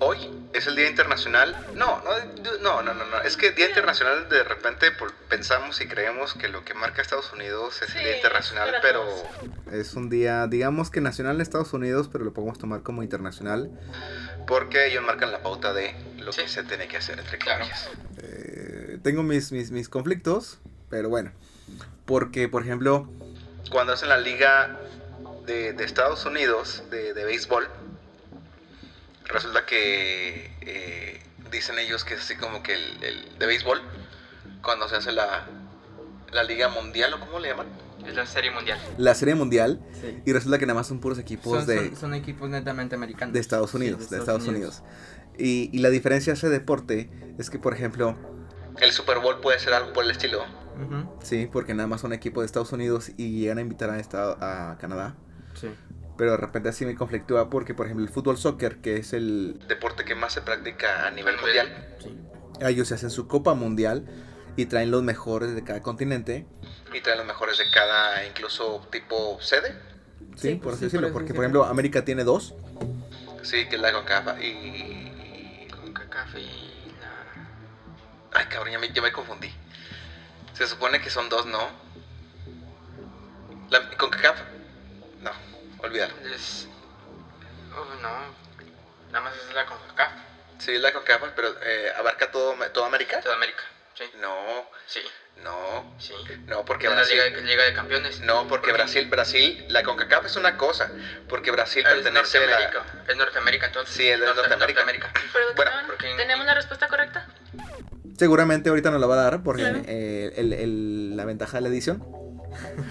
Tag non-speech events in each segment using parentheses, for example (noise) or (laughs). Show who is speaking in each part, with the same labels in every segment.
Speaker 1: hoy es el Día Internacional. No, no, no, no, no, no. Es que Día Internacional de repente por- pensamos y creemos que lo que marca Estados Unidos es el
Speaker 2: Sí,
Speaker 1: Día
Speaker 2: es
Speaker 1: Internacional,
Speaker 2: para
Speaker 1: pero
Speaker 2: todos.
Speaker 3: Es un día, digamos que nacional en Estados Unidos, pero lo podemos tomar como internacional.
Speaker 1: porque ellos marcan la pauta de lo que
Speaker 4: Sí.
Speaker 1: se tiene que hacer, entre
Speaker 4: Claro.
Speaker 1: comillas.
Speaker 3: Eh, tengo mis, mis, mis conflictos, pero bueno. Porque, por ejemplo,
Speaker 1: Cuando hacen la liga de, de Estados Unidos de, de béisbol, resulta que eh, dicen ellos que es así como que el, el de béisbol, cuando se hace la, la liga mundial o cómo le llaman.
Speaker 4: Es la serie mundial.
Speaker 3: la Serie Mundial,
Speaker 5: Sí.
Speaker 3: y resulta que nada más son puros equipos
Speaker 5: Son,
Speaker 3: de...
Speaker 5: son- son equipos netamente americanos.
Speaker 3: de Estados
Speaker 5: Sí,
Speaker 3: Unidos, de, Estados Unidos. Y, y la diferencia de ese deporte es que, por ejemplo,
Speaker 1: El Super Bowl puede ser algo por el estilo.
Speaker 5: Ujú,
Speaker 3: sí, porque nada más son equipos de Estados Unidos y llegan a invitar a, esta- a Canadá.
Speaker 5: Sí.
Speaker 3: Pero de repente así me conflictúa porque, por ejemplo, el fútbol soccer, que es el...
Speaker 1: deporte que más se practica a nivel
Speaker 4: A nivel.
Speaker 1: mundial
Speaker 5: Sí.
Speaker 3: Ellos se hacen su Copa Mundial y traen los mejores de cada continente.
Speaker 1: y traen los mejores de cada incluso tipo sede,
Speaker 3: Sí,
Speaker 5: Sí,
Speaker 3: por así
Speaker 5: sí,
Speaker 3: decirlo.
Speaker 5: por
Speaker 3: porque,
Speaker 5: así decirlo.
Speaker 3: por ejemplo, América tiene dos.
Speaker 1: sí, que es la CONCACAF y
Speaker 4: Con cafeína.
Speaker 1: ay cabrón, ya me, ya me confundí. Se supone que son dos, ¿no? La CONCACAF no, olvídalo.
Speaker 4: Es. Oh, no. Nada más es la CONCACAF.
Speaker 1: Sí, la CONCACAF, pero eh, abarca todo toda América?
Speaker 4: Toda América. Sí.
Speaker 1: No,
Speaker 4: Sí.
Speaker 1: no,
Speaker 4: Sí.
Speaker 1: no, porque
Speaker 4: Es la
Speaker 1: Brasil
Speaker 4: Liga de, Liga de Campeones.
Speaker 1: no, porque Brasil, Brasil, la CONCACAF es una cosa, porque Brasil
Speaker 4: Es
Speaker 1: pertenece a la
Speaker 4: Norteamérica. Es Norteamérica, entonces.
Speaker 1: Sí, es de
Speaker 4: Norte-
Speaker 1: Norteamérica.
Speaker 2: Producción,
Speaker 1: Bueno,
Speaker 4: porque-
Speaker 2: ¿tenemos la respuesta correcta?
Speaker 3: Seguramente ahorita nos la va a dar porque
Speaker 2: Claro.
Speaker 3: eh, el- el- la ventaja de la edición.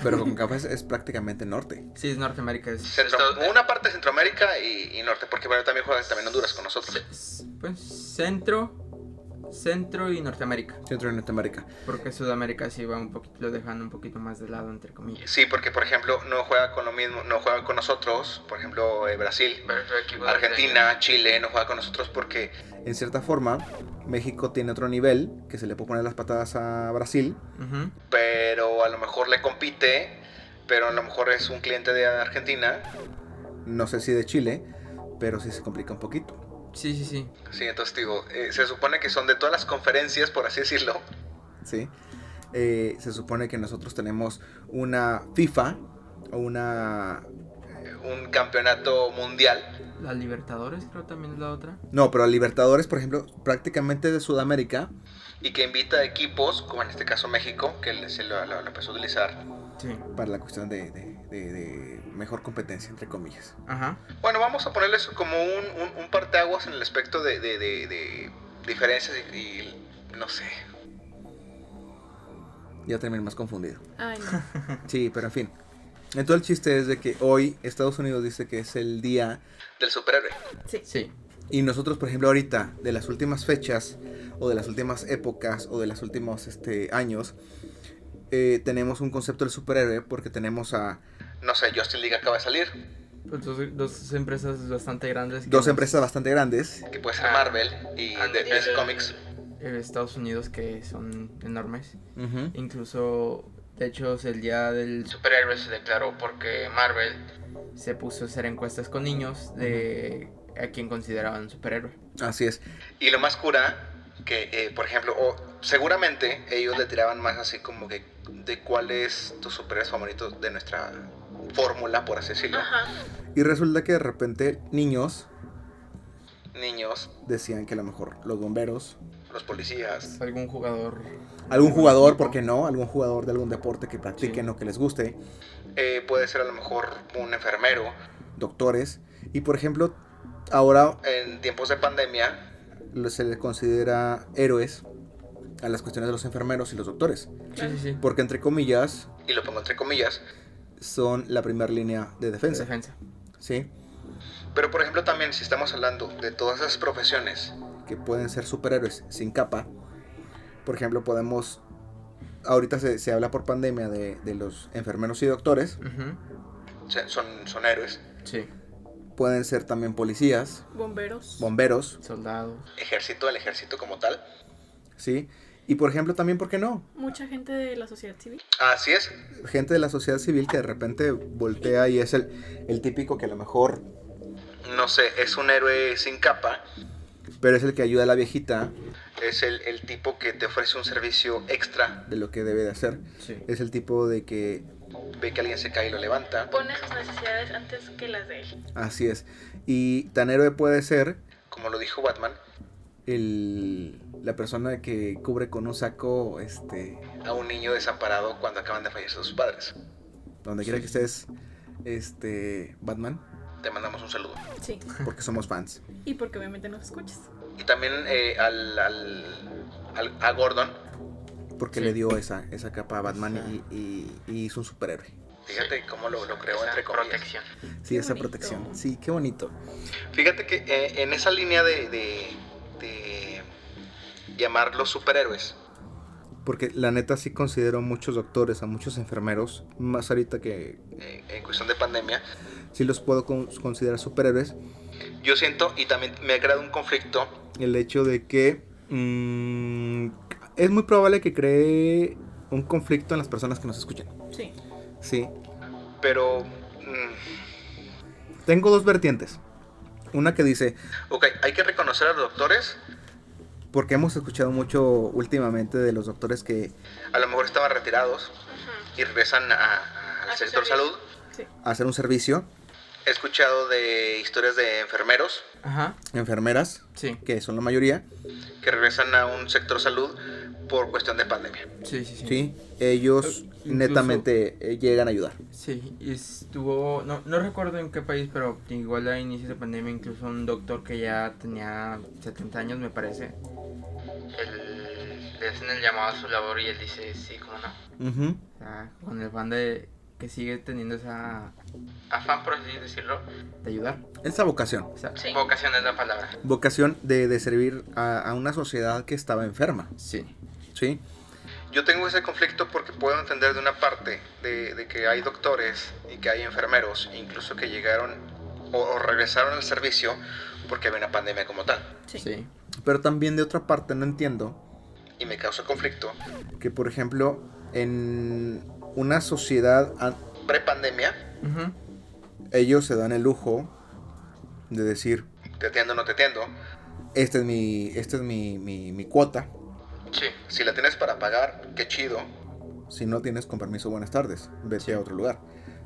Speaker 3: Pero con es, es prácticamente norte.
Speaker 5: Sí, es Norteamérica. es-
Speaker 1: Centro-
Speaker 4: Estados-
Speaker 1: una parte de Centroamérica y, y norte, porque bueno, también juegan también Honduras con nosotros.
Speaker 5: es- Pues centro, centro y Norteamérica.
Speaker 3: Centro y Norteamérica.
Speaker 5: Porque Sudamérica sí va un poquito, lo dejan un poquito más de lado, entre comillas.
Speaker 1: Sí, porque por ejemplo no juega con lo mismo, no juega con nosotros, por ejemplo eh, Brasil,
Speaker 4: Pero el equipo de-
Speaker 1: Argentina, Chile, no juega con nosotros porque
Speaker 3: En cierta forma, México tiene otro nivel que se le puede poner las patadas a Brasil.
Speaker 5: Ujú.
Speaker 1: pero a lo mejor le compite, pero a lo mejor es un cliente de Argentina,
Speaker 3: No sé si de Chile, pero sí se complica un poquito.
Speaker 5: Sí, sí, sí.
Speaker 1: sí, entonces digo, eh, se supone que son de todas las conferencias, por así decirlo,
Speaker 3: ¿sí? Eh, se supone que nosotros tenemos una FIFA o una...
Speaker 1: eh, un campeonato mundial,
Speaker 5: La Libertadores creo también es la otra.
Speaker 3: No, pero Libertadores, por ejemplo, prácticamente de Sudamérica.
Speaker 1: y que invita a equipos, como en este caso México, que le- se lo, lo- lo empezó a utilizar.
Speaker 5: Sí.
Speaker 3: para la cuestión de, de- de- de mejor competencia, entre comillas.
Speaker 5: Ajá.
Speaker 1: Bueno, vamos a ponerle eso como un, un, un parteaguas en el aspecto de, de- de- de diferencias y, y no sé.
Speaker 3: Ya terminé más confundido.
Speaker 2: Ay, no.
Speaker 3: Sí, pero en fin. Entonces el chiste es de que hoy Estados Unidos dice que es el día
Speaker 1: Del superhéroe.
Speaker 5: Sí.
Speaker 3: y nosotros, por ejemplo, ahorita de las últimas fechas o de las últimas épocas o de los últimos este, años eh, tenemos un concepto del superhéroe porque tenemos a
Speaker 1: No sé, Justin League acaba de salir,
Speaker 5: Pues dos, dos empresas bastante grandes. que
Speaker 3: dos
Speaker 5: nos-
Speaker 3: empresas bastante grandes.
Speaker 1: que puede ser
Speaker 4: Ah.
Speaker 1: Marvel y
Speaker 4: Ah,
Speaker 1: de
Speaker 4: sí.
Speaker 1: DC Comics.
Speaker 5: eh, Estados Unidos que son enormes.
Speaker 3: Ujú.
Speaker 5: Incluso, de hecho, el día del
Speaker 4: Superhéroe se declaró porque Marvel
Speaker 5: se puso a hacer encuestas con niños de a quién consideraban superhéroe.
Speaker 3: Así es.
Speaker 1: Y lo más cura, que eh, por ejemplo, o seguramente ellos le tiraban más así como que de cuál es tu superhéroe favorito de nuestra fórmula, por así decirlo.
Speaker 2: Ajá.
Speaker 3: Y resulta que de repente niños
Speaker 1: Niños,
Speaker 3: decían que a lo mejor los bomberos,
Speaker 1: los policías.
Speaker 5: Algún jugador.
Speaker 3: algún jugador, ¿por qué no? Algún jugador de algún deporte que practiquen o que les guste.
Speaker 1: eh, puede ser a lo mejor un enfermero.
Speaker 3: doctores. Y por ejemplo, ahora
Speaker 1: En tiempos de pandemia,
Speaker 3: lo- se les considera héroes a las cuestiones de los enfermeros y los doctores.
Speaker 5: Sí, sí, sí.
Speaker 3: Porque entre comillas
Speaker 1: y lo pongo entre comillas.
Speaker 3: son la primera línea de defensa.
Speaker 5: Defensa.
Speaker 3: ¿sí?
Speaker 1: Pero por ejemplo también si estamos hablando de todas esas profesiones,
Speaker 3: Que pueden ser superhéroes sin capa. Por ejemplo, podemos... Ahorita se, se habla por pandemia de, de los enfermeros y doctores.
Speaker 5: Ujú.
Speaker 1: se- son, son héroes,
Speaker 5: Sí.
Speaker 3: Pueden ser también policías,
Speaker 2: Bomberos.
Speaker 3: bomberos,
Speaker 5: Soldados.
Speaker 1: ejército, el ejército como tal.
Speaker 3: ¿sí? Y por ejemplo, también, ¿por qué no?
Speaker 2: Mucha gente de la sociedad civil.
Speaker 1: Así es,
Speaker 3: Gente de la sociedad civil que de repente voltea y es el, el típico que a lo mejor
Speaker 1: no sé, es un héroe sin capa
Speaker 3: pero es el que ayuda a la viejita
Speaker 1: Es el, el tipo que te ofrece un servicio extra.
Speaker 3: de lo que debe de hacer.
Speaker 5: Sí.
Speaker 3: Es el tipo de que
Speaker 1: Ve que alguien se cae y lo levanta.
Speaker 2: Pone sus necesidades antes que las de él.
Speaker 3: así es. Y tan héroe puede ser
Speaker 1: Como lo dijo Batman,
Speaker 3: el, la persona que cubre con un saco, este,
Speaker 1: a un niño desamparado cuando acaban de fallecer sus padres.
Speaker 3: donde quiera que estés, este, Batman,
Speaker 1: Te mandamos un saludo.
Speaker 2: Sí.
Speaker 3: porque somos fans.
Speaker 2: Y porque obviamente nos escuchas.
Speaker 1: Y también eh, al, al- al- a Gordon.
Speaker 3: Porque
Speaker 5: Sí.
Speaker 3: le dio esa, esa capa a Batman y, y- y hizo un superhéroe.
Speaker 1: Fíjate cómo lo, lo creó
Speaker 4: Esa
Speaker 1: entre comillas.
Speaker 4: protección.
Speaker 3: Sí,
Speaker 2: Qué
Speaker 3: esa
Speaker 2: bonito.
Speaker 3: protección. Sí, qué bonito.
Speaker 1: Fíjate que eh, en esa línea de, de, de llamarlos superhéroes,
Speaker 3: Porque la neta sí considero a muchos doctores, a muchos enfermeros, más ahorita que
Speaker 1: eh, en cuestión de pandemia,
Speaker 3: sí los puedo con- considerar superhéroes,
Speaker 1: yo siento y también me ha creado un conflicto
Speaker 3: el hecho de que mm, es muy probable que cree un conflicto en las personas que nos escuchan.
Speaker 2: Sí.
Speaker 3: Sí.
Speaker 1: Pero. mm,
Speaker 3: Tengo dos vertientes. Una que dice,
Speaker 1: ok, hay que reconocer a los doctores.
Speaker 3: porque hemos escuchado mucho últimamente de los doctores que
Speaker 1: A lo mejor estaban retirados
Speaker 2: Ujú.
Speaker 1: y regresan a- a- al
Speaker 2: A su
Speaker 1: sector
Speaker 2: servicio.
Speaker 1: salud.
Speaker 2: Sí.
Speaker 3: hacen un servicio,
Speaker 1: He escuchado de historias de enfermeros
Speaker 5: Ajá.
Speaker 3: enfermeras,
Speaker 5: Sí.
Speaker 3: que son la mayoría,
Speaker 1: que regresan a un sector salud por cuestión de pandemia.
Speaker 5: Sí, sí, sí.
Speaker 3: ¿sí? Ellos
Speaker 5: Eh, incluso-
Speaker 3: netamente eh, llegan a ayudar.
Speaker 5: Sí, y estuvo, no, no recuerdo en qué país, pero igual a inicios de pandemia incluso un doctor que ya tenía 70 años, me parece.
Speaker 4: El- le hacen el llamado a su labor y él dice, sí, cómo no.
Speaker 3: Ujú.
Speaker 5: O sea, con el fan de que sigue teniendo esa...
Speaker 4: Afán, por así decirlo.
Speaker 5: de ayudar.
Speaker 3: Esa vocación.
Speaker 5: O sea,
Speaker 2: Sí.
Speaker 4: Vocación es la palabra.
Speaker 3: Vocación de, de servir a, a una sociedad que estaba enferma,
Speaker 5: sí.
Speaker 3: ¿sí?
Speaker 1: Yo tengo ese conflicto porque puedo entender de una parte de, de que hay doctores y que hay enfermeros, incluso que llegaron o, o regresaron al servicio porque había una pandemia como tal.
Speaker 2: Sí.
Speaker 5: Sí.
Speaker 3: Pero también de otra parte no entiendo
Speaker 1: Y me causa conflicto.
Speaker 3: que, por ejemplo, en una sociedad an-
Speaker 1: Pre-pandemia,
Speaker 5: Ujú.
Speaker 3: ellos se dan el lujo de decir,
Speaker 1: te atiendo o no te atiendo.
Speaker 3: esta es mi, esta es mi, mi, mi cuota,
Speaker 4: Sí.
Speaker 1: Si la tienes para pagar, qué chido.
Speaker 3: si no tienes con permiso, buenas tardes, vete a otro lugar,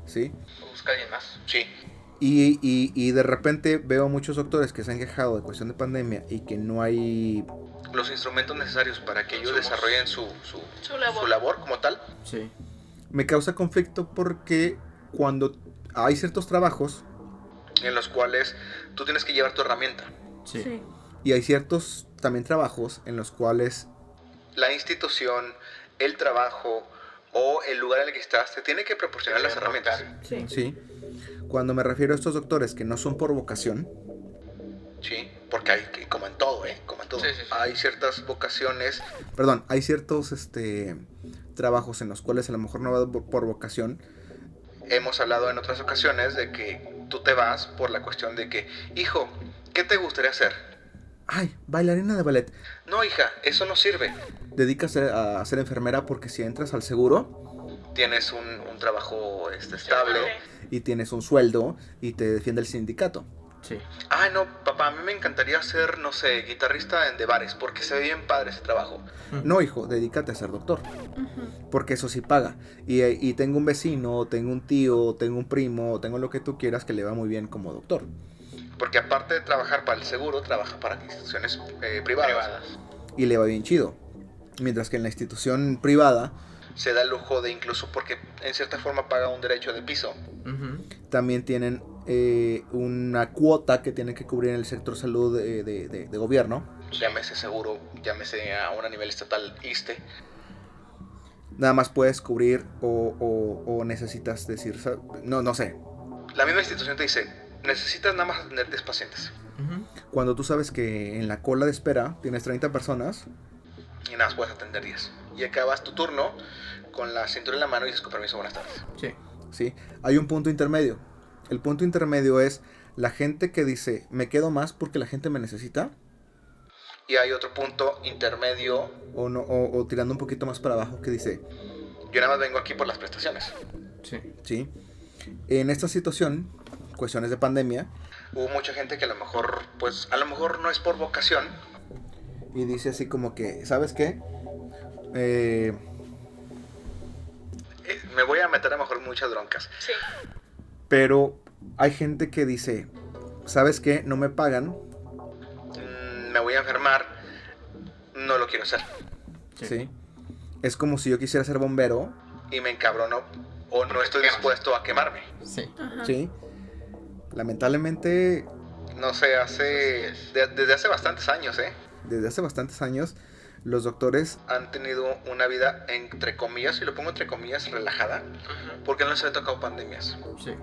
Speaker 3: ¿sí?
Speaker 4: Busca alguien más.
Speaker 1: Sí,
Speaker 3: Y, y, y de repente veo a muchos doctores que se han quejado de cuestión de pandemia y que no hay...
Speaker 1: los instrumentos necesarios para que ellos
Speaker 4: Consumos.
Speaker 1: desarrollen su, su,
Speaker 2: Su labor.
Speaker 1: su labor como tal.
Speaker 5: Sí.
Speaker 3: Me causa conflicto porque cuando hay ciertos trabajos
Speaker 1: en los cuales tú tienes que llevar tu herramienta.
Speaker 5: Sí.
Speaker 2: Sí.
Speaker 3: y hay ciertos también trabajos en los cuales
Speaker 1: La institución, el trabajo o el lugar en el que estás te tiene que proporcionar las herramientas.
Speaker 2: Sí.
Speaker 3: Sí. Cuando me refiero a estos doctores que no son por vocación,
Speaker 1: Sí, porque hay que, como en todo, ¿eh? Como en todo.
Speaker 4: Sí, sí, sí.
Speaker 1: Hay ciertas vocaciones
Speaker 3: perdón, hay ciertos este, trabajos en los cuales a lo mejor no va por, por vocación.
Speaker 1: hemos hablado en otras ocasiones de que tú te vas por la cuestión de que, hijo, ¿qué te gustaría hacer?
Speaker 3: Ay, bailarina de ballet,
Speaker 1: No, hija, eso no sirve.
Speaker 3: dedicas a, a ser enfermera porque si entras al seguro
Speaker 1: Tienes un, un trabajo este, estable.
Speaker 3: y tienes un sueldo y te defiende el sindicato.
Speaker 5: Sí.
Speaker 1: Ah, no, papá, a mí me encantaría ser, no sé, guitarrista en de bares, porque se ve bien padre ese trabajo.
Speaker 3: No, hijo, dedícate a ser doctor,
Speaker 2: Ujú.
Speaker 3: porque eso sí paga. Y, eh, y tengo un vecino, tengo un tío, tengo un primo, tengo lo que tú quieras que le va muy bien como doctor.
Speaker 1: Porque aparte de trabajar para el seguro, trabaja para instituciones eh, privadas.
Speaker 4: Privadas.
Speaker 3: Y le va bien chido. Mientras que en la institución privada
Speaker 1: Se da el lujo de incluso porque en cierta forma paga un derecho de piso.
Speaker 5: Ujú.
Speaker 3: también tienen eh, una cuota que tienen que cubrir en el sector salud de, de- de- de gobierno.
Speaker 1: Llámese seguro, llámese a un nivel estatal ISTE.
Speaker 3: Nada más puedes cubrir o, o- o necesitas decir, sa- no, no sé.
Speaker 1: La misma institución te dice, necesitas nada más atender 10 pacientes.
Speaker 5: Ujú.
Speaker 3: Cuando tú sabes que en la cola de espera tienes 30 personas,
Speaker 1: Y nada más puedes atender 10. Y acabas tu turno con la cintura en la mano y dices, con permiso, buenas tardes.
Speaker 5: Sí.
Speaker 3: ¿sí? Hay un punto intermedio. El punto intermedio es la gente que dice, me quedo más porque la gente me necesita,
Speaker 1: Y hay otro punto intermedio.
Speaker 3: o, no, o, o tirando un poquito más para abajo que dice,
Speaker 1: Yo nada más vengo aquí por las prestaciones.
Speaker 5: Sí.
Speaker 3: ¿sí? En esta situación, cuestiones de pandemia,
Speaker 1: hubo mucha gente que a lo mejor, pues a lo mejor no es por vocación.
Speaker 3: Y dice así como que, ¿sabes qué? Eh,
Speaker 1: Eh, me voy a meter a lo mejor en muchas broncas.
Speaker 2: Sí.
Speaker 3: pero hay gente que dice, ¿sabes qué? No me pagan.
Speaker 1: Mm, me voy a enfermar. No lo quiero hacer.
Speaker 3: Sí.
Speaker 5: Sí.
Speaker 3: Es como si yo quisiera ser bombero.
Speaker 1: Y me encabrono o no estoy dispuesto a quemarme.
Speaker 5: Sí.
Speaker 2: Ajá.
Speaker 3: Sí. Lamentablemente,
Speaker 1: No sé, hace. de- desde hace bastantes años, ¿eh?
Speaker 3: desde hace bastantes años, los doctores
Speaker 1: Han tenido una vida, entre comillas, y lo pongo entre comillas, relajada.
Speaker 4: Ujú.
Speaker 1: Porque no se le tocado pandemias.
Speaker 5: Sí.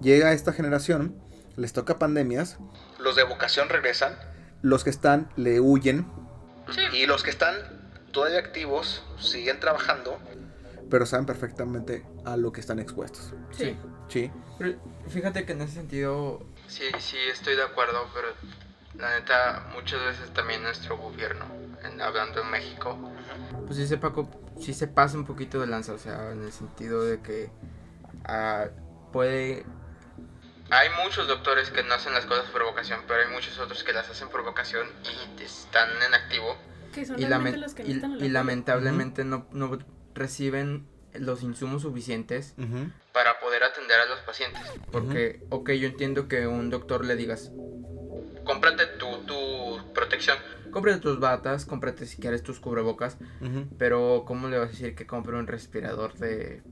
Speaker 3: llega a esta generación, les toca pandemias,
Speaker 1: Los de vocación regresan.
Speaker 3: los que están le huyen,
Speaker 2: Sí.
Speaker 1: Y los que están todavía activos siguen trabajando.
Speaker 3: pero saben perfectamente a lo que están expuestos.
Speaker 5: Sí.
Speaker 3: Sí.
Speaker 2: Sí.
Speaker 5: Pero fíjate que en ese sentido,
Speaker 4: Sí, sí, estoy de acuerdo, pero la neta, muchas veces también nuestro gobierno, en- hablando en México,
Speaker 5: pues sí se, paco, sí se pasa un poquito de lanza. O sea, en el sentido de que ah, puede.
Speaker 4: Hay muchos doctores que no hacen las cosas por vocación, pero hay muchos otros que las hacen por vocación y están en activo.
Speaker 2: Que son
Speaker 5: Y,
Speaker 2: realmente
Speaker 5: lamen-
Speaker 2: los que
Speaker 5: y-
Speaker 2: necesitan a la
Speaker 5: y
Speaker 2: gente.
Speaker 5: lamentablemente no, no reciben los insumos suficientes
Speaker 3: Ujú.
Speaker 4: para poder atender a los pacientes.
Speaker 5: Porque, ok, yo entiendo que un doctor le digas,
Speaker 4: Cómprate tu, tu protección.
Speaker 5: cómprate tus batas, cómprate si quieres tus cubrebocas,
Speaker 3: Ujú.
Speaker 5: pero ¿cómo le vas a decir que compre un respirador de...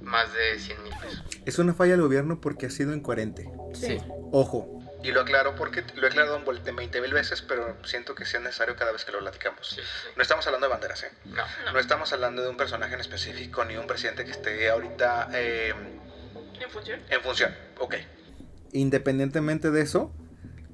Speaker 4: Más de 100 mil pesos.
Speaker 3: Es una falla del gobierno porque ha sido incoherente.
Speaker 5: Sí.
Speaker 2: Sí.
Speaker 3: Ojo,
Speaker 1: Y lo aclaro porque lo he aclarado en vol- de 20 mil veces, pero siento que sea necesario cada vez que lo platicamos.
Speaker 4: Sí, sí,
Speaker 1: No estamos hablando de banderas, ¿eh?
Speaker 4: sí. No.
Speaker 1: No estamos hablando de un personaje en específico ni un presidente que esté ahorita eh,
Speaker 2: En función.
Speaker 1: en función. Ok.
Speaker 3: independientemente de eso,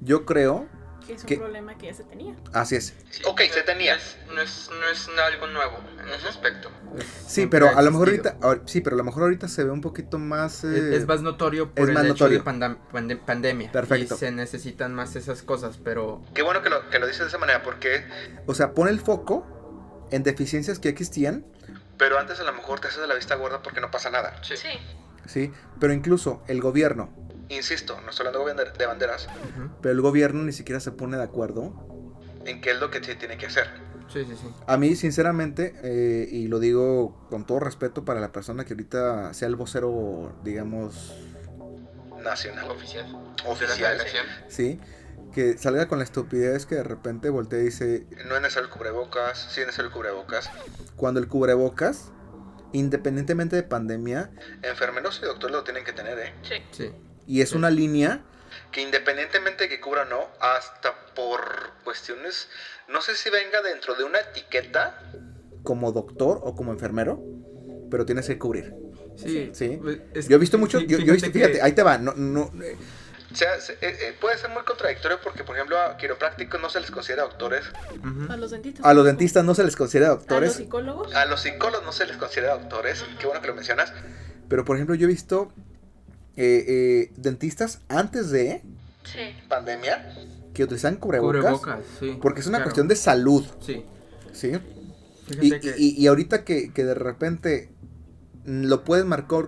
Speaker 3: yo creo,
Speaker 2: Que es un
Speaker 3: ¿Qué?
Speaker 2: problema que ya se tenía.
Speaker 3: así es.
Speaker 4: Sí,
Speaker 1: Ok, se tenía.
Speaker 4: es- no, es, no es algo nuevo en ese aspecto.
Speaker 5: es-
Speaker 3: Sí,
Speaker 5: siempre
Speaker 3: pero
Speaker 5: ha
Speaker 3: a lo mejor
Speaker 5: existido.
Speaker 3: ahorita, ahor- sí, pero a lo mejor ahorita se ve un poquito más.
Speaker 5: Es,
Speaker 3: eh,
Speaker 5: es más notorio por
Speaker 3: es
Speaker 5: el
Speaker 3: más
Speaker 5: hecho de
Speaker 3: notorio.
Speaker 5: pandam- pande- pandemia.
Speaker 3: Perfecto.
Speaker 5: Y se necesitan más esas cosas, pero...
Speaker 1: Qué bueno que lo, que lo dices de esa manera porque...
Speaker 3: O sea, pone el foco en deficiencias que existían,
Speaker 1: Pero antes a lo mejor te haces de la vista gorda porque no pasa nada.
Speaker 4: Sí.
Speaker 3: sí, pero incluso el gobierno,
Speaker 1: Insisto, no estoy hablando de bander- de banderas
Speaker 5: ujú,
Speaker 3: pero el gobierno ni siquiera se pone de acuerdo.
Speaker 1: en qué es lo que se tiene que hacer.
Speaker 5: Sí, sí, sí.
Speaker 3: A mí, sinceramente, eh, y lo digo con todo respeto para la persona que ahorita sea el vocero, digamos,
Speaker 1: Nacional.
Speaker 4: Oficial. De la
Speaker 1: Oficial. ¿eh?
Speaker 4: federación.
Speaker 3: sí, que salga con la estupidez que de repente voltea y dice,
Speaker 1: No es necesario el cubrebocas, sí es necesario el cubrebocas.
Speaker 3: cuando el cubrebocas, independientemente de pandemia,
Speaker 1: Enfermeros y doctores lo tienen que tener, ¿eh?
Speaker 2: Sí.
Speaker 5: Sí.
Speaker 3: y es
Speaker 5: Sí.
Speaker 3: una línea
Speaker 1: que independientemente de que cubra o no, hasta por cuestiones, no sé si venga dentro de una etiqueta,
Speaker 3: como doctor o como enfermero, pero tienes que cubrir.
Speaker 5: Sí.
Speaker 3: Sí.
Speaker 5: pues, es-
Speaker 3: Yo he visto muchos,
Speaker 5: fí-
Speaker 3: yo, yo he visto,
Speaker 5: que-
Speaker 3: fíjate, ahí te va, no, no, eh,
Speaker 1: sea, se- eh, eh, puede ser muy contradictorio porque, por ejemplo, a quiroprácticos no se les considera doctores,
Speaker 5: ujú,
Speaker 2: A los dentistas.
Speaker 3: a los
Speaker 2: tampoco.
Speaker 3: dentistas no se les considera
Speaker 2: A los
Speaker 3: doctores,
Speaker 2: psicólogos.
Speaker 1: a los psicólogos no se les considera doctores, qué bueno que lo mencionas,
Speaker 3: pero por ejemplo yo he visto eh, eh, dentistas antes de
Speaker 2: Sí.
Speaker 1: pandemia,
Speaker 3: que utilizan cubrebocas,
Speaker 5: Cubrebocas, sí.
Speaker 3: porque es una
Speaker 5: claro.
Speaker 3: cuestión de salud,
Speaker 5: Sí.
Speaker 3: ¿sí?
Speaker 5: Fíjate
Speaker 3: Y,
Speaker 5: que...
Speaker 3: y- y ahorita que, que de repente mm, lo puedes marcar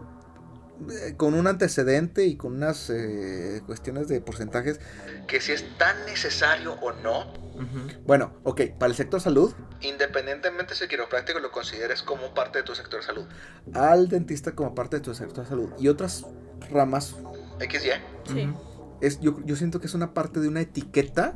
Speaker 3: eh, con un antecedente y con unas eh, cuestiones de porcentajes,
Speaker 1: que si es tan necesario o no,
Speaker 5: ujú,
Speaker 3: bueno, ok, para el sector salud,
Speaker 1: independientemente si el quiropráctico lo consideres como parte de tu sector de salud.
Speaker 3: al dentista como parte de tu sector de salud y otras ramas
Speaker 1: XY,
Speaker 2: Sí.
Speaker 5: ujú,
Speaker 3: es yo, yo siento que es una parte de una etiqueta,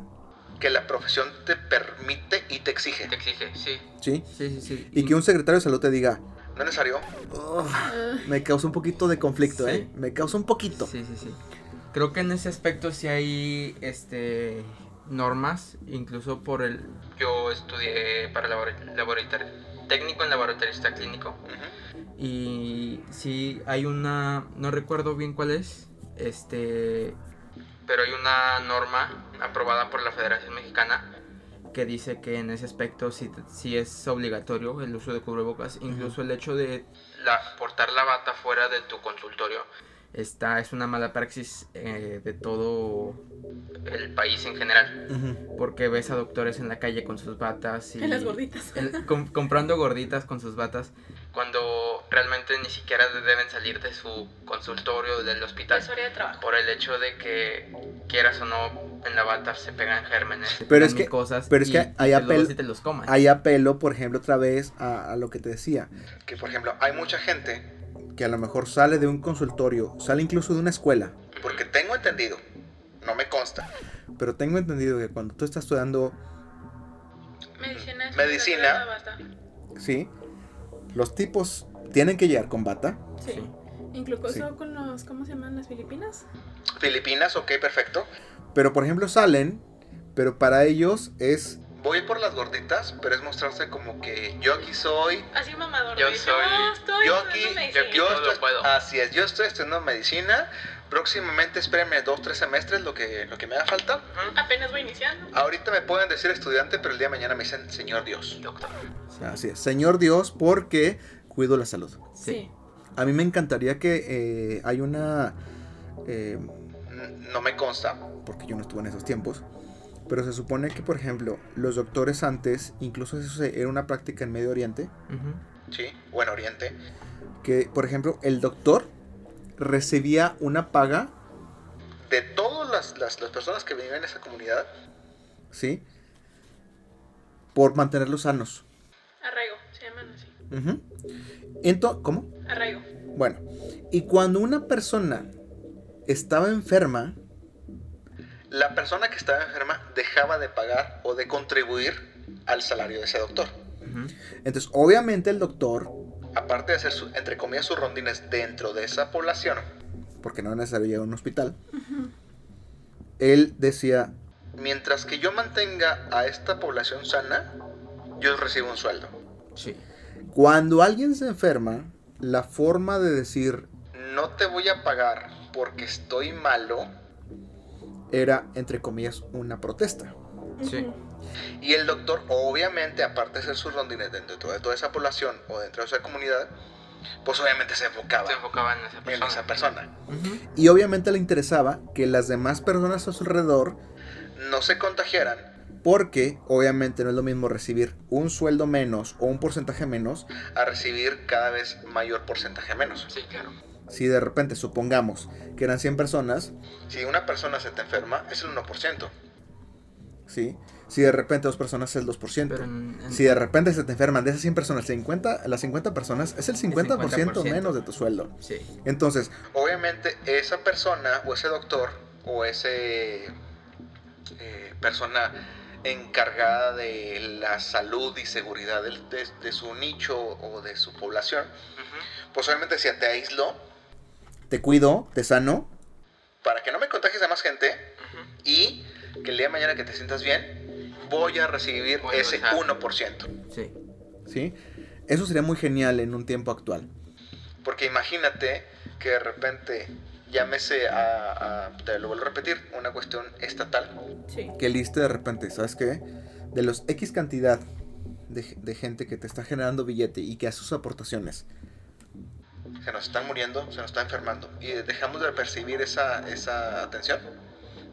Speaker 1: que la profesión te permite y te exige.
Speaker 4: Te exige, sí.
Speaker 3: ¿sí?
Speaker 5: Sí, sí, sí.
Speaker 3: Y que un secretario de salud te diga,
Speaker 1: No es necesario,
Speaker 3: "Ugh,
Speaker 2: Ah,
Speaker 3: me causa un poquito de conflicto,
Speaker 5: Sí.
Speaker 3: ¿eh? Me causa un poquito.
Speaker 5: Sí, sí, sí. Creo que en ese aspecto sí hay este normas, incluso por el
Speaker 4: Yo estudié para labor- laboratorio. Técnico en laboratorista clínico.
Speaker 1: Ujú.
Speaker 5: y sí hay una no recuerdo bien cuál es, este
Speaker 4: pero hay una norma aprobada por la Federación Mexicana.
Speaker 5: que dice que en ese aspecto sí, te- sí es obligatorio el uso de cubrebocas, incluso el hecho de
Speaker 4: La, portar la bata fuera de tu consultorio
Speaker 5: esta es una mala praxis eh, de todo
Speaker 4: el país en general.
Speaker 3: Ujú.
Speaker 5: Porque ves a doctores en la calle con sus batas y...
Speaker 2: En las gorditas.
Speaker 5: en- com- comprando gorditas con sus batas.
Speaker 4: Cuando realmente ni siquiera deben salir de su consultorio o del hospital.
Speaker 2: Es hora de trabajo.
Speaker 4: Por el hecho de que, quieras o no, en la bata se pegan gérmenes.
Speaker 3: Pero
Speaker 5: te
Speaker 3: es
Speaker 5: dan
Speaker 3: que-
Speaker 5: cosas
Speaker 3: pero es
Speaker 5: y-
Speaker 3: que
Speaker 5: y
Speaker 3: hay
Speaker 5: te
Speaker 3: apel-
Speaker 5: los- y te los coman.
Speaker 3: Ahí apelo, por ejemplo, otra vez a, a lo que te decía,
Speaker 1: Que por ejemplo, hay mucha gente,
Speaker 3: que a lo mejor sale de un consultorio, sale incluso de una escuela,
Speaker 1: porque tengo entendido, no me consta,
Speaker 3: pero tengo entendido que cuando tú estás estudiando,
Speaker 2: Medicina. es
Speaker 1: Medicina.
Speaker 2: licenciatura, basta.
Speaker 3: sí, los tipos tienen que llegar con bata,
Speaker 2: Sí.
Speaker 5: Sí.
Speaker 2: Incluso
Speaker 3: Sí.
Speaker 2: con los, ¿cómo se llaman las Filipinas?
Speaker 1: Filipinas, ok, perfecto.
Speaker 3: pero por ejemplo salen, pero para ellos es
Speaker 1: Voy por las gorditas, pero es mostrarse como que yo aquí soy,
Speaker 2: Así mamador.
Speaker 4: Yo
Speaker 2: de decir,
Speaker 4: soy-
Speaker 2: "Oh, estoy
Speaker 1: yo
Speaker 2: estudiando
Speaker 1: aquí,
Speaker 2: medicina".
Speaker 4: aquí-
Speaker 1: yo
Speaker 4: Todo
Speaker 1: estoy,
Speaker 4: lo puedo.
Speaker 1: así es, yo estoy estudiando medicina, próximamente espérenme dos, tres semestres, lo que, lo que me haga falta.
Speaker 4: Ujú.
Speaker 2: Apenas voy iniciando.
Speaker 1: Ahorita me pueden decir estudiante, pero el día de mañana me dicen señor Dios.
Speaker 4: Doctor.
Speaker 5: Sí.
Speaker 3: Así es. Señor Dios, porque cuido la salud.
Speaker 5: Sí.
Speaker 3: A mí me encantaría que eh, hay una... eh,
Speaker 1: N- No me consta.
Speaker 3: porque yo no estuve en esos tiempos. Pero se supone que, por ejemplo, los doctores antes, incluso eso se- era una práctica en Medio Oriente,
Speaker 5: Ujú.
Speaker 1: Sí, o en Oriente.
Speaker 3: que, por ejemplo, el doctor recibía una paga,
Speaker 1: De todas las, las, las personas que viven en esa comunidad,
Speaker 3: ¿sí? Por mantenerlos sanos.
Speaker 2: Arraigo, se llaman así.
Speaker 3: Ujú. Ento- ¿Cómo?
Speaker 2: Arraigo.
Speaker 3: Bueno, y cuando una persona estaba enferma,
Speaker 1: la persona que estaba enferma dejaba de pagar o de contribuir al salario de ese doctor.
Speaker 5: Ujú.
Speaker 3: entonces obviamente el doctor
Speaker 1: Aparte de hacer, su- entre comillas, sus rondines dentro de esa población,
Speaker 3: porque no era necesario llegar a un hospital, él decía,
Speaker 1: mientras que yo mantenga a esta población sana, yo recibo un sueldo.
Speaker 5: Sí.
Speaker 3: cuando alguien se enferma, la forma de decir
Speaker 1: No te voy a pagar porque estoy malo.
Speaker 3: era, entre comillas, una protesta.
Speaker 5: Sí.
Speaker 2: Ujú.
Speaker 1: Y el doctor, obviamente, aparte de hacer sus rondines dentro de toda, toda esa población o dentro de esa comunidad, pues obviamente se enfocaba
Speaker 4: Se enfocaba en esa
Speaker 1: en
Speaker 4: persona.
Speaker 1: esa persona.
Speaker 5: Ujú.
Speaker 3: Y obviamente le interesaba que las demás personas a su alrededor,
Speaker 1: No se contagiaran
Speaker 3: porque obviamente no es lo mismo recibir un sueldo menos o un porcentaje menos,
Speaker 1: a recibir cada vez mayor porcentaje menos.
Speaker 4: Sí, claro.
Speaker 3: si de repente supongamos que eran 100 personas,
Speaker 1: Si una persona se te enferma, es el 1%.
Speaker 3: ¿sí? Si de repente dos personas es el 2%.
Speaker 5: Pero en- en-
Speaker 3: Si de repente se te enferman de esas 100 personas, 50, las 50 personas es el 50%,
Speaker 5: 50%.
Speaker 3: menos de tu sueldo.
Speaker 5: Sí.
Speaker 3: Entonces,
Speaker 1: Obviamente, esa persona o ese doctor o ese eh, persona encargada de la salud y seguridad del- de, de su nicho o de su población,
Speaker 4: Ujú.
Speaker 1: pues obviamente si te aisló
Speaker 3: te cuido, te sano,
Speaker 1: para que no me contagies a más gente
Speaker 4: Ujú.
Speaker 1: y que el día de mañana que te sientas bien, voy a recibir
Speaker 4: Voy a
Speaker 1: ese
Speaker 4: dejar.
Speaker 1: 1%.
Speaker 5: Sí.
Speaker 3: ¿sí? Eso sería muy genial en un tiempo actual.
Speaker 1: Porque imagínate que de repente llámese a, a- te lo vuelvo a repetir, una cuestión estatal.
Speaker 2: Sí.
Speaker 3: Que liste de repente, ¿sabes qué? De los X cantidad de, ge- de gente que te está generando billete y que hace sus aportaciones,
Speaker 1: Se nos están muriendo, se nos está enfermando. Y dejamos de percibir esa, esa atención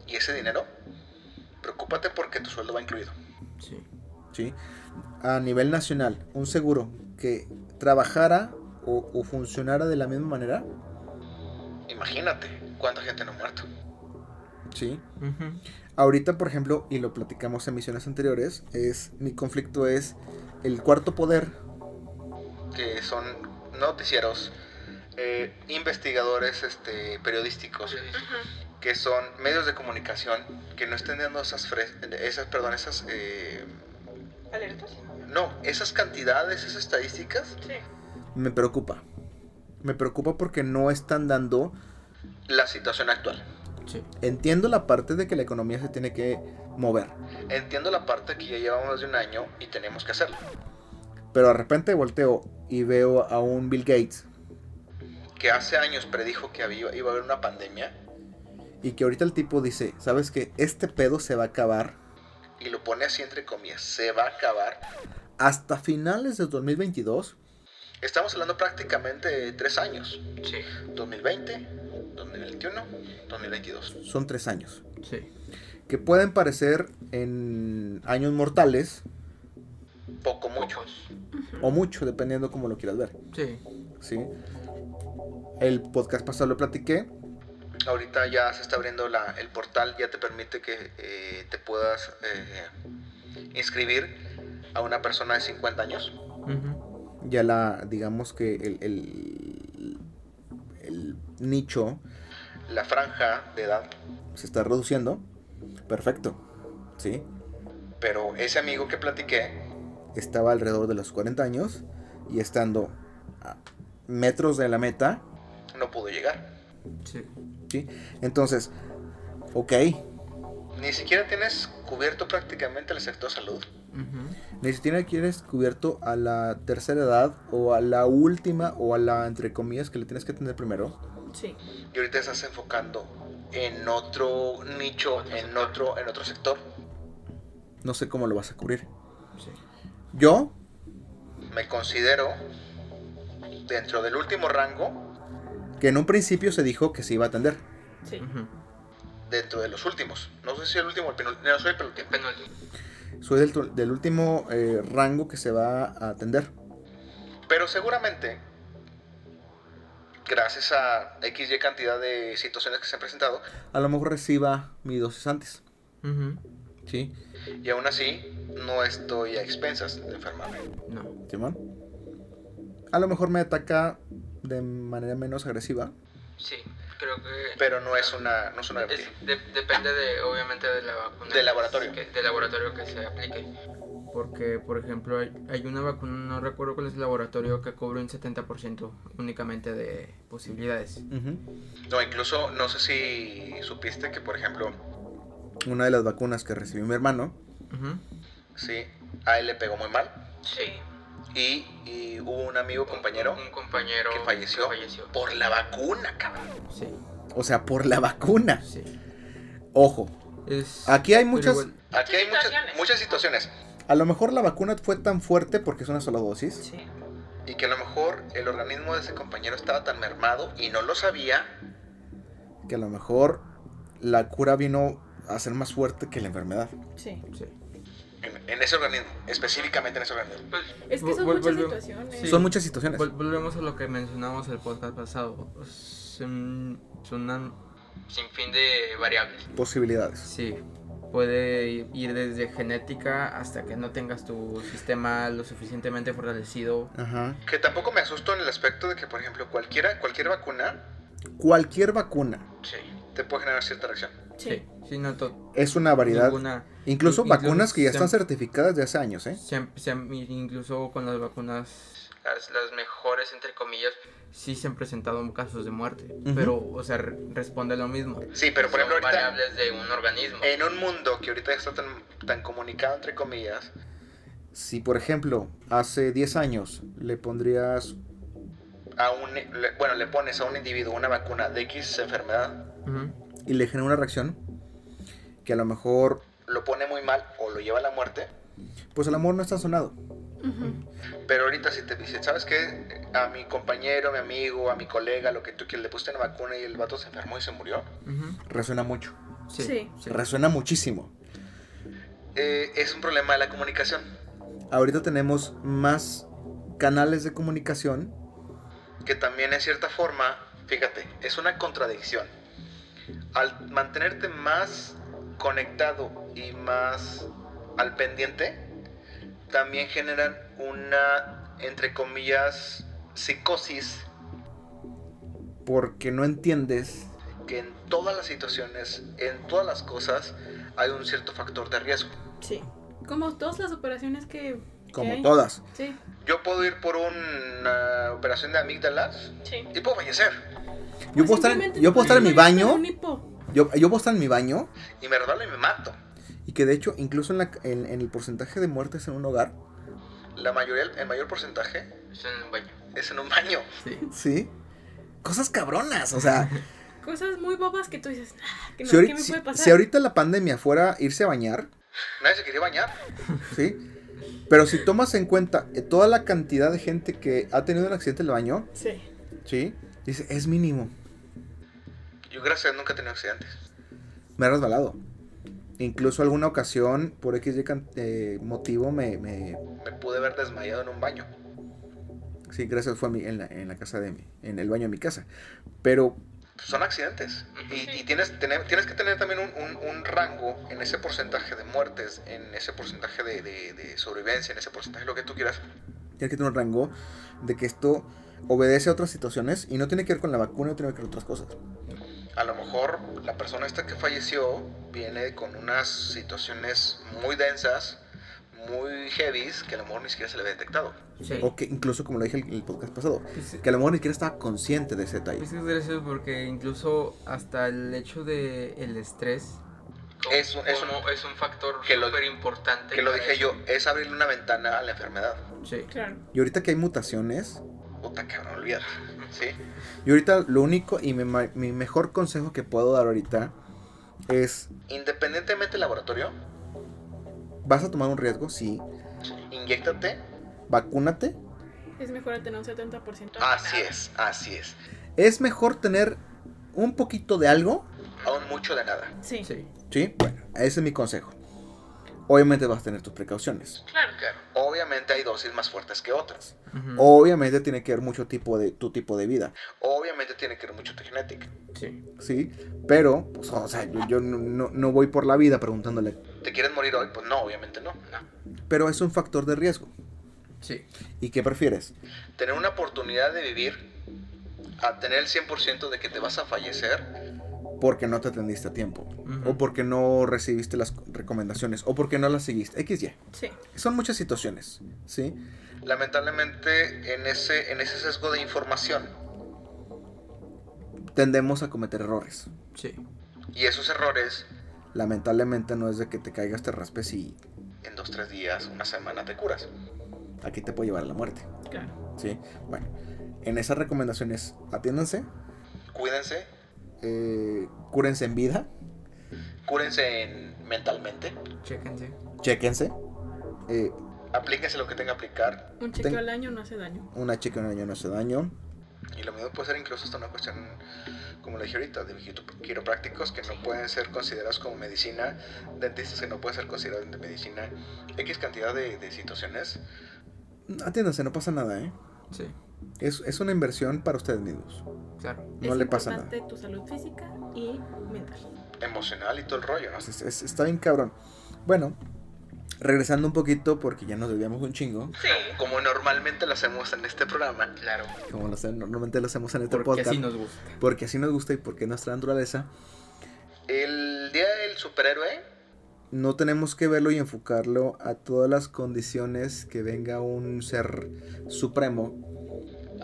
Speaker 1: y ese dinero. Preocúpate porque tu sueldo va incluido.
Speaker 5: Sí.
Speaker 3: ¿sí? A nivel nacional, un seguro que trabajara o, o funcionara de la misma manera,
Speaker 1: Imagínate cuánta gente no ha muerto.
Speaker 3: ¿sí?
Speaker 5: Ujú.
Speaker 3: Ahorita, por ejemplo, y lo platicamos en misiones anteriores, es mi conflicto es el cuarto poder,
Speaker 1: Que son noticieros, eh, investigadores este, periodísticos,
Speaker 2: Ujú.
Speaker 1: que son medios de comunicación que no estén dando esas, fre- esas, perdón, esas eh,
Speaker 2: ¿Alertas?
Speaker 1: No, esas cantidades, esas estadísticas,
Speaker 2: Sí.
Speaker 3: me preocupa. Me preocupa porque no están dando
Speaker 1: la situación actual.
Speaker 5: Sí.
Speaker 3: Entiendo la parte de que la economía se tiene que mover,
Speaker 1: Entiendo la parte que ya llevamos más de un año y tenemos que hacerlo.
Speaker 3: pero de repente volteo y veo a un Bill Gates
Speaker 1: Que hace años predijo que había, iba a haber una pandemia
Speaker 3: y que ahorita el tipo dice, ¿sabes que Este pedo se va a acabar
Speaker 1: y lo pone así entre comillas, se va a acabar.
Speaker 3: hasta finales de 2022.
Speaker 1: Estamos hablando prácticamente de tres años,
Speaker 4: Sí.
Speaker 1: 2020, 2021, 2022.
Speaker 3: Son tres años.
Speaker 5: Sí.
Speaker 3: Que pueden parecer en años mortales
Speaker 1: Poco, mucho.
Speaker 4: Muchos.
Speaker 3: o mucho, dependiendo cómo lo quieras ver.
Speaker 5: Sí.
Speaker 3: ¿sí? El podcast pasado lo platiqué.
Speaker 1: Ahorita ya se está abriendo la, el portal, ya te permite que eh, te puedas eh, inscribir a una persona de 50 años.
Speaker 5: Ujú.
Speaker 3: Ya la, digamos que el, el- el nicho
Speaker 1: La franja de edad.
Speaker 3: se está reduciendo. Perfecto. ¿Sí?
Speaker 1: Pero ese amigo que platiqué,
Speaker 3: Estaba alrededor de los 40 años y estando a metros de la meta,
Speaker 1: no pudo llegar.
Speaker 5: Sí.
Speaker 3: ¿sí? Entonces, ok,
Speaker 1: Ni siquiera tienes cubierto prácticamente el sector salud.
Speaker 5: Ujú.
Speaker 3: ni siquiera quieres cubierto a la tercera edad o a la última o a la entre comillas que le tienes que atender primero.
Speaker 2: Sí.
Speaker 1: Y ahorita estás enfocando en otro nicho, en otro, en otro sector.
Speaker 3: No sé cómo lo vas a cubrir.
Speaker 5: Sí.
Speaker 3: Yo,
Speaker 1: Me considero dentro del último rango,
Speaker 3: que en un principio se dijo que se iba a atender.
Speaker 2: Sí.
Speaker 5: Ujú.
Speaker 1: dentro de los últimos. No sé si el último, el penúltimo. No soy el
Speaker 4: El
Speaker 1: penúltimo.
Speaker 4: penúltimo.
Speaker 3: Soy del, tu- del último eh, rango que se va a atender.
Speaker 1: Pero seguramente, gracias a XY cantidad de situaciones que se han presentado,
Speaker 3: A lo mejor reciba mi dosis antes.
Speaker 5: Ujú.
Speaker 3: ¿Sí?
Speaker 1: y aún así no estoy a expensas de enfermarme.
Speaker 5: No.
Speaker 3: Simón. A lo mejor me ataca de manera menos agresiva.
Speaker 4: Sí, creo que.
Speaker 1: Pero no es una, no es una
Speaker 4: Es-
Speaker 1: garantía.
Speaker 4: de- depende de, obviamente, de la vacuna.
Speaker 1: Del laboratorio.
Speaker 4: Que, del laboratorio que se aplique.
Speaker 5: Porque, por ejemplo, hay, hay una vacuna, no recuerdo cuál es el laboratorio, que cubre un 70% únicamente de posibilidades.
Speaker 1: No, incluso no sé si supiste que, por ejemplo,
Speaker 3: Una de las vacunas que recibió mi hermano.
Speaker 5: Ujú.
Speaker 1: sí, a él le pegó muy mal
Speaker 2: Sí.
Speaker 1: y, y hubo un amigo compañero
Speaker 4: Un, compañero.
Speaker 1: que falleció,
Speaker 4: que falleció.
Speaker 1: por la vacuna, cabrón.
Speaker 5: Sí.
Speaker 3: O sea, por la vacuna.
Speaker 5: Sí.
Speaker 3: Ojo.
Speaker 5: Es,
Speaker 3: Aquí hay
Speaker 5: pero
Speaker 3: muchas...
Speaker 5: igual-
Speaker 1: Aquí hay muchas
Speaker 2: situaciones.
Speaker 1: muchas situaciones
Speaker 3: A lo mejor la vacuna fue tan fuerte porque es una sola dosis.
Speaker 2: Sí.
Speaker 1: y que a lo mejor el organismo de ese compañero estaba tan mermado y no lo sabía
Speaker 3: Que a lo mejor la cura vino a ser más fuerte que la enfermedad.
Speaker 2: Sí.
Speaker 5: sí.
Speaker 1: en, en ese organismo, específicamente en ese organismo.
Speaker 4: Pues,
Speaker 2: Es que son
Speaker 5: Vol-
Speaker 2: muchas
Speaker 5: volvemos.
Speaker 2: situaciones.
Speaker 5: Sí.
Speaker 3: Son muchas situaciones.
Speaker 5: Vol- volvemos a lo que mencionamos el podcast pasado. Son, son una-
Speaker 4: sin fin de variables.
Speaker 3: Posibilidades.
Speaker 5: sí, puede ir desde genética hasta que no tengas tu sistema lo suficientemente fortalecido.
Speaker 3: Ajá.
Speaker 1: Que tampoco me asusto en el aspecto de que, por ejemplo, cualquiera, cualquier vacuna
Speaker 3: Cualquier vacuna
Speaker 4: Sí.
Speaker 1: te puede generar cierta reacción.
Speaker 5: Sí, sí, no to-
Speaker 3: es una variedad.
Speaker 5: ninguna.
Speaker 3: Incluso
Speaker 5: in-
Speaker 3: vacunas que ya
Speaker 5: incluso
Speaker 3: están
Speaker 5: se-
Speaker 3: certificadas de hace años, ¿eh?
Speaker 5: se han- se han- incluso con las vacunas
Speaker 4: Las, las mejores, entre comillas.
Speaker 5: sí se han presentado casos de muerte,
Speaker 3: Ujú.
Speaker 5: pero, o sea, re- responde a lo mismo.
Speaker 1: Sí, pero por
Speaker 4: son
Speaker 1: ejemplo, ahorita, Eh.
Speaker 4: variables de un organismo.
Speaker 1: en un mundo que ahorita está tan, tan comunicado, entre comillas,
Speaker 3: Si, por ejemplo, hace 10 años le pondrías
Speaker 1: a un, le- bueno, le pones a un individuo una vacuna de X enfermedad,
Speaker 5: Ujú.
Speaker 3: y le genera una reacción que a lo mejor,
Speaker 1: lo pone muy mal o lo lleva a la muerte,
Speaker 3: pues el amor no está sonado.
Speaker 2: Ujú.
Speaker 1: pero ahorita si te dicen, ¿sabes qué? A mi compañero, a mi amigo, a mi colega, lo que tú quieras, le puse una vacuna y el vato se enfermó y se murió.
Speaker 5: Ujú.
Speaker 3: Resuena mucho.
Speaker 5: Sí,
Speaker 2: Sí.
Speaker 5: sí.
Speaker 3: Resuena muchísimo.
Speaker 1: Eh, es un problema de la comunicación,
Speaker 3: Ahorita tenemos más canales de comunicación.
Speaker 1: que también en cierta forma, fíjate, es una contradicción. Al mantenerte más conectado y más al pendiente, también generan una, entre comillas, psicosis
Speaker 3: Porque no entiendes.
Speaker 1: que en todas las situaciones, en todas las cosas, hay un cierto factor de riesgo.
Speaker 2: Sí. Como todas las operaciones que. que
Speaker 3: Como
Speaker 2: hay.
Speaker 3: todas.
Speaker 2: Sí.
Speaker 1: Yo puedo ir por una operación de amígdalas
Speaker 2: Sí.
Speaker 1: y puedo fallecer
Speaker 3: Yo
Speaker 2: O
Speaker 3: puedo estar en,
Speaker 2: Pues simplemente
Speaker 3: yo puedo estar en mi
Speaker 2: te puedes
Speaker 3: baño.
Speaker 2: poner un hipo.
Speaker 3: Yo, yo puedo estar en mi baño.
Speaker 1: y me resbalo y me mato.
Speaker 3: Y que de hecho, incluso en, la- en- en el porcentaje de muertes en un hogar,
Speaker 1: La mayoría, el mayor porcentaje
Speaker 4: Es en un baño.
Speaker 1: es en un baño.
Speaker 5: Sí.
Speaker 3: ¿sí? Cosas cabronas, o sea,
Speaker 2: Cosas muy bobas que tú dices. "Ah, (laughs) que no,
Speaker 3: si, ahori-
Speaker 2: ¿Qué me
Speaker 3: si-
Speaker 2: puede pasar?
Speaker 3: si ahorita la pandemia fuera irse a bañar,
Speaker 1: Nadie se quería bañar.
Speaker 3: ¿sí? Pero si tomas en cuenta eh, toda la cantidad de gente que ha tenido un accidente en el baño,
Speaker 2: Sí.
Speaker 3: ¿sí? Dice, es mínimo.
Speaker 1: Yo gracias a Dios, nunca he tenido accidentes.
Speaker 3: Me he resbalado. Incluso alguna ocasión, por X y can- eh, motivo, me, me-
Speaker 1: Me pude haber desmayado en un baño.
Speaker 3: Sí, gracias, fue a mi- en, la, en la casa de mi... En el baño de mi casa. Pero
Speaker 1: Son accidentes.
Speaker 4: Ujú.
Speaker 1: Y, y tienes, tener- tienes que tener también un, un- un rango en ese porcentaje de muertes, en ese porcentaje de, de- de sobrevivencia, en ese porcentaje, lo que tú quieras.
Speaker 3: tiene que tener un rango de que esto obedece a otras situaciones y no tiene que ver con la vacuna, no tiene que ver con otras cosas.
Speaker 1: A lo mejor la persona esta que falleció viene con unas situaciones muy densas, muy heavies, que a lo mejor ni siquiera se le había detectado.
Speaker 5: Sí.
Speaker 3: O que incluso, como lo dije en el podcast pasado,
Speaker 5: Pues,
Speaker 3: que a lo mejor ni siquiera estaba consciente de ese detalle.
Speaker 5: pues es gracioso porque incluso hasta el hecho de el estrés.
Speaker 4: Como-
Speaker 1: Es un- es un-
Speaker 4: como es un factor
Speaker 1: que lo-
Speaker 4: súper importante.
Speaker 1: Que lo
Speaker 4: para
Speaker 1: dije
Speaker 4: eso.
Speaker 1: yo, es abrirle una ventana a la enfermedad.
Speaker 5: Sí.
Speaker 2: Claro.
Speaker 3: Y ahorita que hay mutaciones,
Speaker 1: Puta cabrón, olvídate. ¿Sí?
Speaker 3: y ahorita lo único y mi, ma- mi mejor consejo que puedo dar ahorita es,
Speaker 1: Independientemente del laboratorio,
Speaker 3: vas a tomar un riesgo, sí,
Speaker 1: inyectate.
Speaker 3: vacúnate.
Speaker 2: Es mejor a tener un 70%.
Speaker 1: Así es, así es.
Speaker 3: Es mejor tener un poquito de algo,
Speaker 1: Aún mucho de nada.
Speaker 2: Sí.
Speaker 5: Sí.
Speaker 3: ¿sí? Bueno, ese es mi consejo. Obviamente vas a tener tus precauciones.
Speaker 4: Claro, claro.
Speaker 1: Obviamente hay dosis más fuertes que otras.
Speaker 5: Ujú.
Speaker 3: Obviamente tiene que ver mucho tipo de tu tipo de vida.
Speaker 1: Obviamente tiene que ver mucho tu genética.
Speaker 5: Sí.
Speaker 3: ¿sí? Pero, pues, o sea, yo, yo no, no- no voy por la vida preguntándole.
Speaker 1: ¿Te quieres morir hoy? Pues no, obviamente no.
Speaker 3: Pero es un factor de riesgo.
Speaker 5: Sí.
Speaker 3: ¿Y qué prefieres?
Speaker 1: Tener una oportunidad de vivir a tener el 100% de que te vas a fallecer.
Speaker 3: Porque no te atendiste a tiempo.
Speaker 5: Ujú.
Speaker 3: O porque no recibiste las recomendaciones. O porque no las seguiste. X, Y.
Speaker 2: Sí.
Speaker 3: Son muchas situaciones, ¿sí?
Speaker 1: Lamentablemente en ese, en ese sesgo de información
Speaker 3: Tendemos a cometer errores.
Speaker 5: Sí.
Speaker 1: y esos errores
Speaker 3: Lamentablemente no es de que te caigas, te raspes y
Speaker 1: en dos, tres días, una semana te curas.
Speaker 3: aquí te puede llevar a la muerte,
Speaker 2: Claro.
Speaker 3: ¿sí? Bueno, en esas recomendaciones atiéndanse,
Speaker 1: Cuídense,
Speaker 3: eh, cúrense en vida,
Speaker 1: cúrense en- mentalmente,
Speaker 5: Chéquense.
Speaker 3: chéquense, eh,
Speaker 1: aplíquense lo que tenga que aplicar.
Speaker 2: Un chequeo
Speaker 3: Ten-
Speaker 2: al año no hace daño.
Speaker 3: una chica un año no hace daño,
Speaker 1: Y lo mismo puede ser incluso hasta una cuestión, como lo dije ahorita, de quiro- quiroprácticos que no pueden ser considerados como medicina, dentistas que no pueden ser considerados de medicina, X cantidad de, de situaciones.
Speaker 3: Atiéndanse, no pasa nada, ¿eh?
Speaker 5: Sí.
Speaker 3: Es, es una inversión para ustedes mismos.
Speaker 5: Claro.
Speaker 3: No
Speaker 2: es
Speaker 3: le pasa nada.
Speaker 2: importante tu salud física y mental.
Speaker 1: emocional y todo el rollo, ¿no?
Speaker 3: Pues Es- es- está bien cabrón. Bueno, regresando un poquito, porque ya nos debíamos un chingo,
Speaker 4: Sí.
Speaker 1: Como normalmente lo hacemos en este programa,
Speaker 4: Claro.
Speaker 3: como lo hacen- normalmente lo hacemos en este
Speaker 5: Porque
Speaker 3: podcast.
Speaker 5: así nos gusta.
Speaker 3: Porque así nos gusta y porque es nuestra naturaleza.
Speaker 1: el día del superhéroe,
Speaker 3: No tenemos que verlo y enfocarlo a todas las condiciones que venga un ser supremo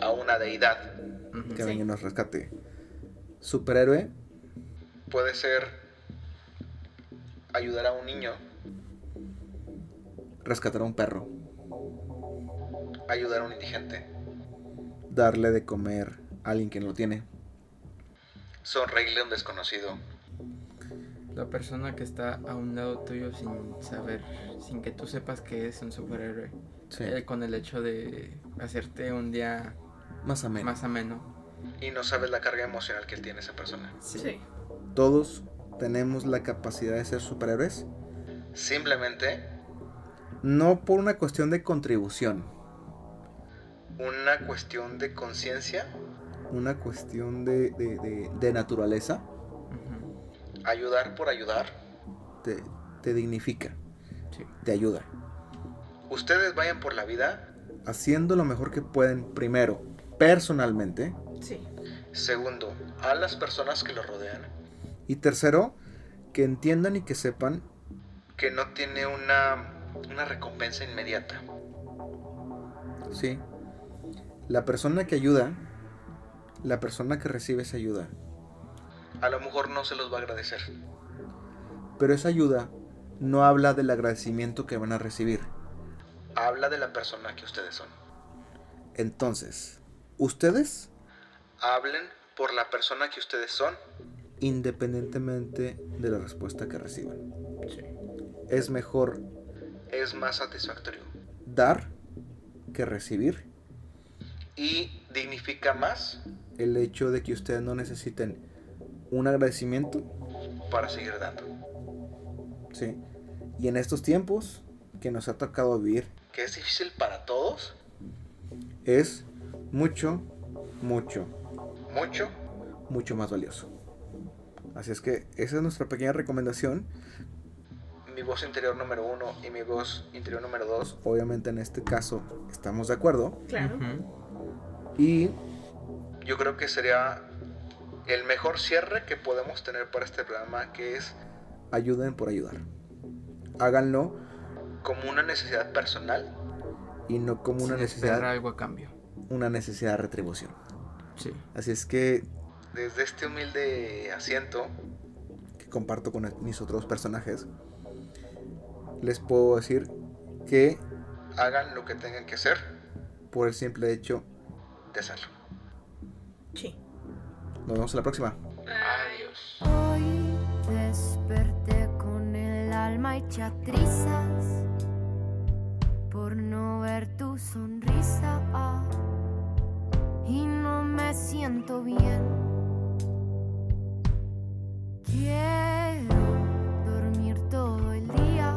Speaker 1: a una deidad
Speaker 5: Ujú.
Speaker 3: que
Speaker 2: Sí.
Speaker 3: venga y nos rescate. Superhéroe,
Speaker 1: puede ser ayudar a un niño,
Speaker 3: rescatar a un perro,
Speaker 1: ayudar a un indigente,
Speaker 3: darle de comer a alguien que no lo tiene,
Speaker 1: sonreírle a un desconocido,
Speaker 5: La persona que está a un lado tuyo sin saber, sin que tú sepas que es un superhéroe.
Speaker 3: sí,
Speaker 5: Eh, con el hecho de hacerte un día
Speaker 3: más ameno.
Speaker 5: más ameno.
Speaker 1: y no sabes la carga emocional que tiene esa persona.
Speaker 2: Sí.
Speaker 3: Todos tenemos la capacidad de ser superhéroes,
Speaker 1: Simplemente
Speaker 3: no por una cuestión de contribución,
Speaker 1: una cuestión de conciencia,
Speaker 3: una cuestión de, de- de- de naturaleza,
Speaker 5: Ujú.
Speaker 1: ayudar por ayudar.
Speaker 3: te, te dignifica,
Speaker 5: Sí.
Speaker 3: te ayuda.
Speaker 1: Ustedes vayan por la vida,
Speaker 3: Haciendo lo mejor que pueden, primero, personalmente,
Speaker 2: Sí.
Speaker 1: segundo, a las personas que lo rodean,
Speaker 3: y tercero, que entiendan y que sepan
Speaker 1: que no tiene una, una recompensa inmediata.
Speaker 3: Sí. La persona que ayuda, la persona que recibe esa ayuda.
Speaker 1: A lo mejor no se los va a agradecer.
Speaker 3: Pero esa ayuda no habla del agradecimiento que van a recibir.
Speaker 1: Habla de la persona que ustedes son.
Speaker 3: Entonces, ustedes,
Speaker 1: Hablen por la persona que ustedes son.
Speaker 3: independientemente de la respuesta que reciban,
Speaker 5: Sí.
Speaker 3: es mejor
Speaker 1: Es más satisfactorio.
Speaker 3: dar que recibir.
Speaker 1: Y dignifica más
Speaker 3: El hecho de que ustedes no necesiten un agradecimiento,
Speaker 1: para seguir dando.
Speaker 3: ¿sí? Y en estos tiempos que nos ha tocado vivir,
Speaker 1: Que es difícil para todos,
Speaker 3: es mucho, mucho,
Speaker 1: mucho.
Speaker 3: mucho más valioso. Así es que esa es nuestra pequeña recomendación.
Speaker 1: Mi voz interior número uno y mi voz interior número dos.
Speaker 3: Obviamente en este caso estamos de acuerdo.
Speaker 2: Claro.
Speaker 5: Ujú.
Speaker 3: Y
Speaker 1: Yo creo que sería el mejor cierre que podemos tener para este programa, que es
Speaker 3: ayuden por ayudar. Háganlo
Speaker 1: como una necesidad personal.
Speaker 3: y no como una
Speaker 5: Sin esperar
Speaker 3: necesidad,
Speaker 5: algo a cambio.
Speaker 3: una necesidad de retribución.
Speaker 5: Sí.
Speaker 3: Así es que,
Speaker 1: Desde este humilde asiento,
Speaker 3: que comparto con mis otros personajes, les puedo decir que
Speaker 1: hagan lo que tengan que hacer
Speaker 3: por el simple hecho,
Speaker 1: de hacerlo.
Speaker 2: Sí.
Speaker 3: nos vemos a la próxima.
Speaker 4: Adiós.
Speaker 6: Hoy desperté con el alma hecha trizas por no ver tu sonrisa ah, y no me siento bien. Quiero dormir todo el día.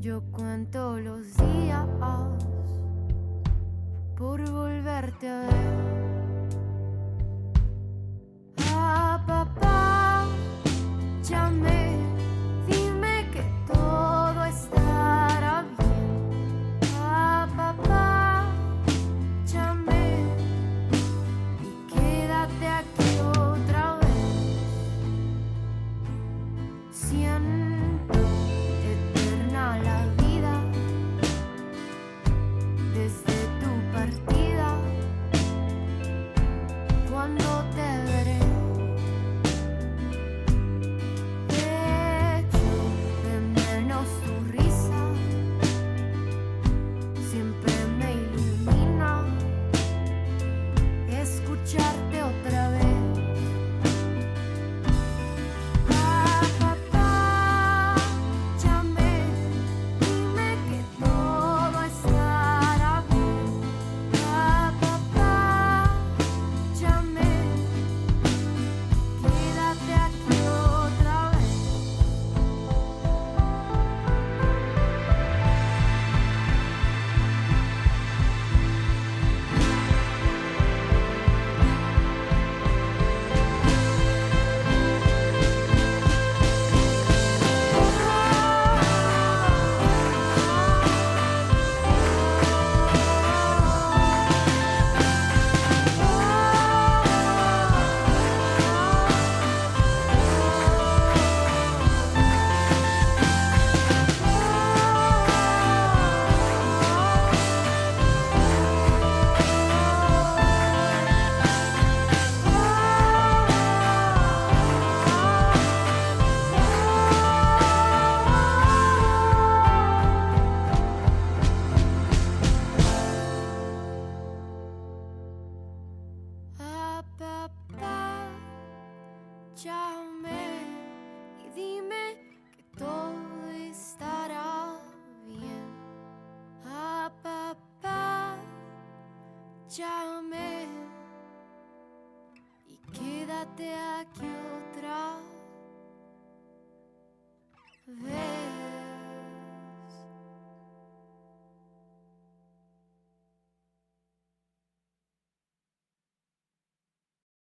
Speaker 6: Yo cuento los días por volverte a ver. Ah, papá, llame, dime que todo estará bien. Ah, papá, llame y quédate aquí otra vez. Siento eterna la vida desde tu partida cuando te veré. Echo de menos tu risa, siempre me ilumina escucharte otra vez. Ah, papá, llame, dime que todo estará bien. Ah, papá. Llame, quédate aquí otra vez. Ah, papá, llame y dime que todo estará bien. Ah, papá, llame y quédate aquí otra vez.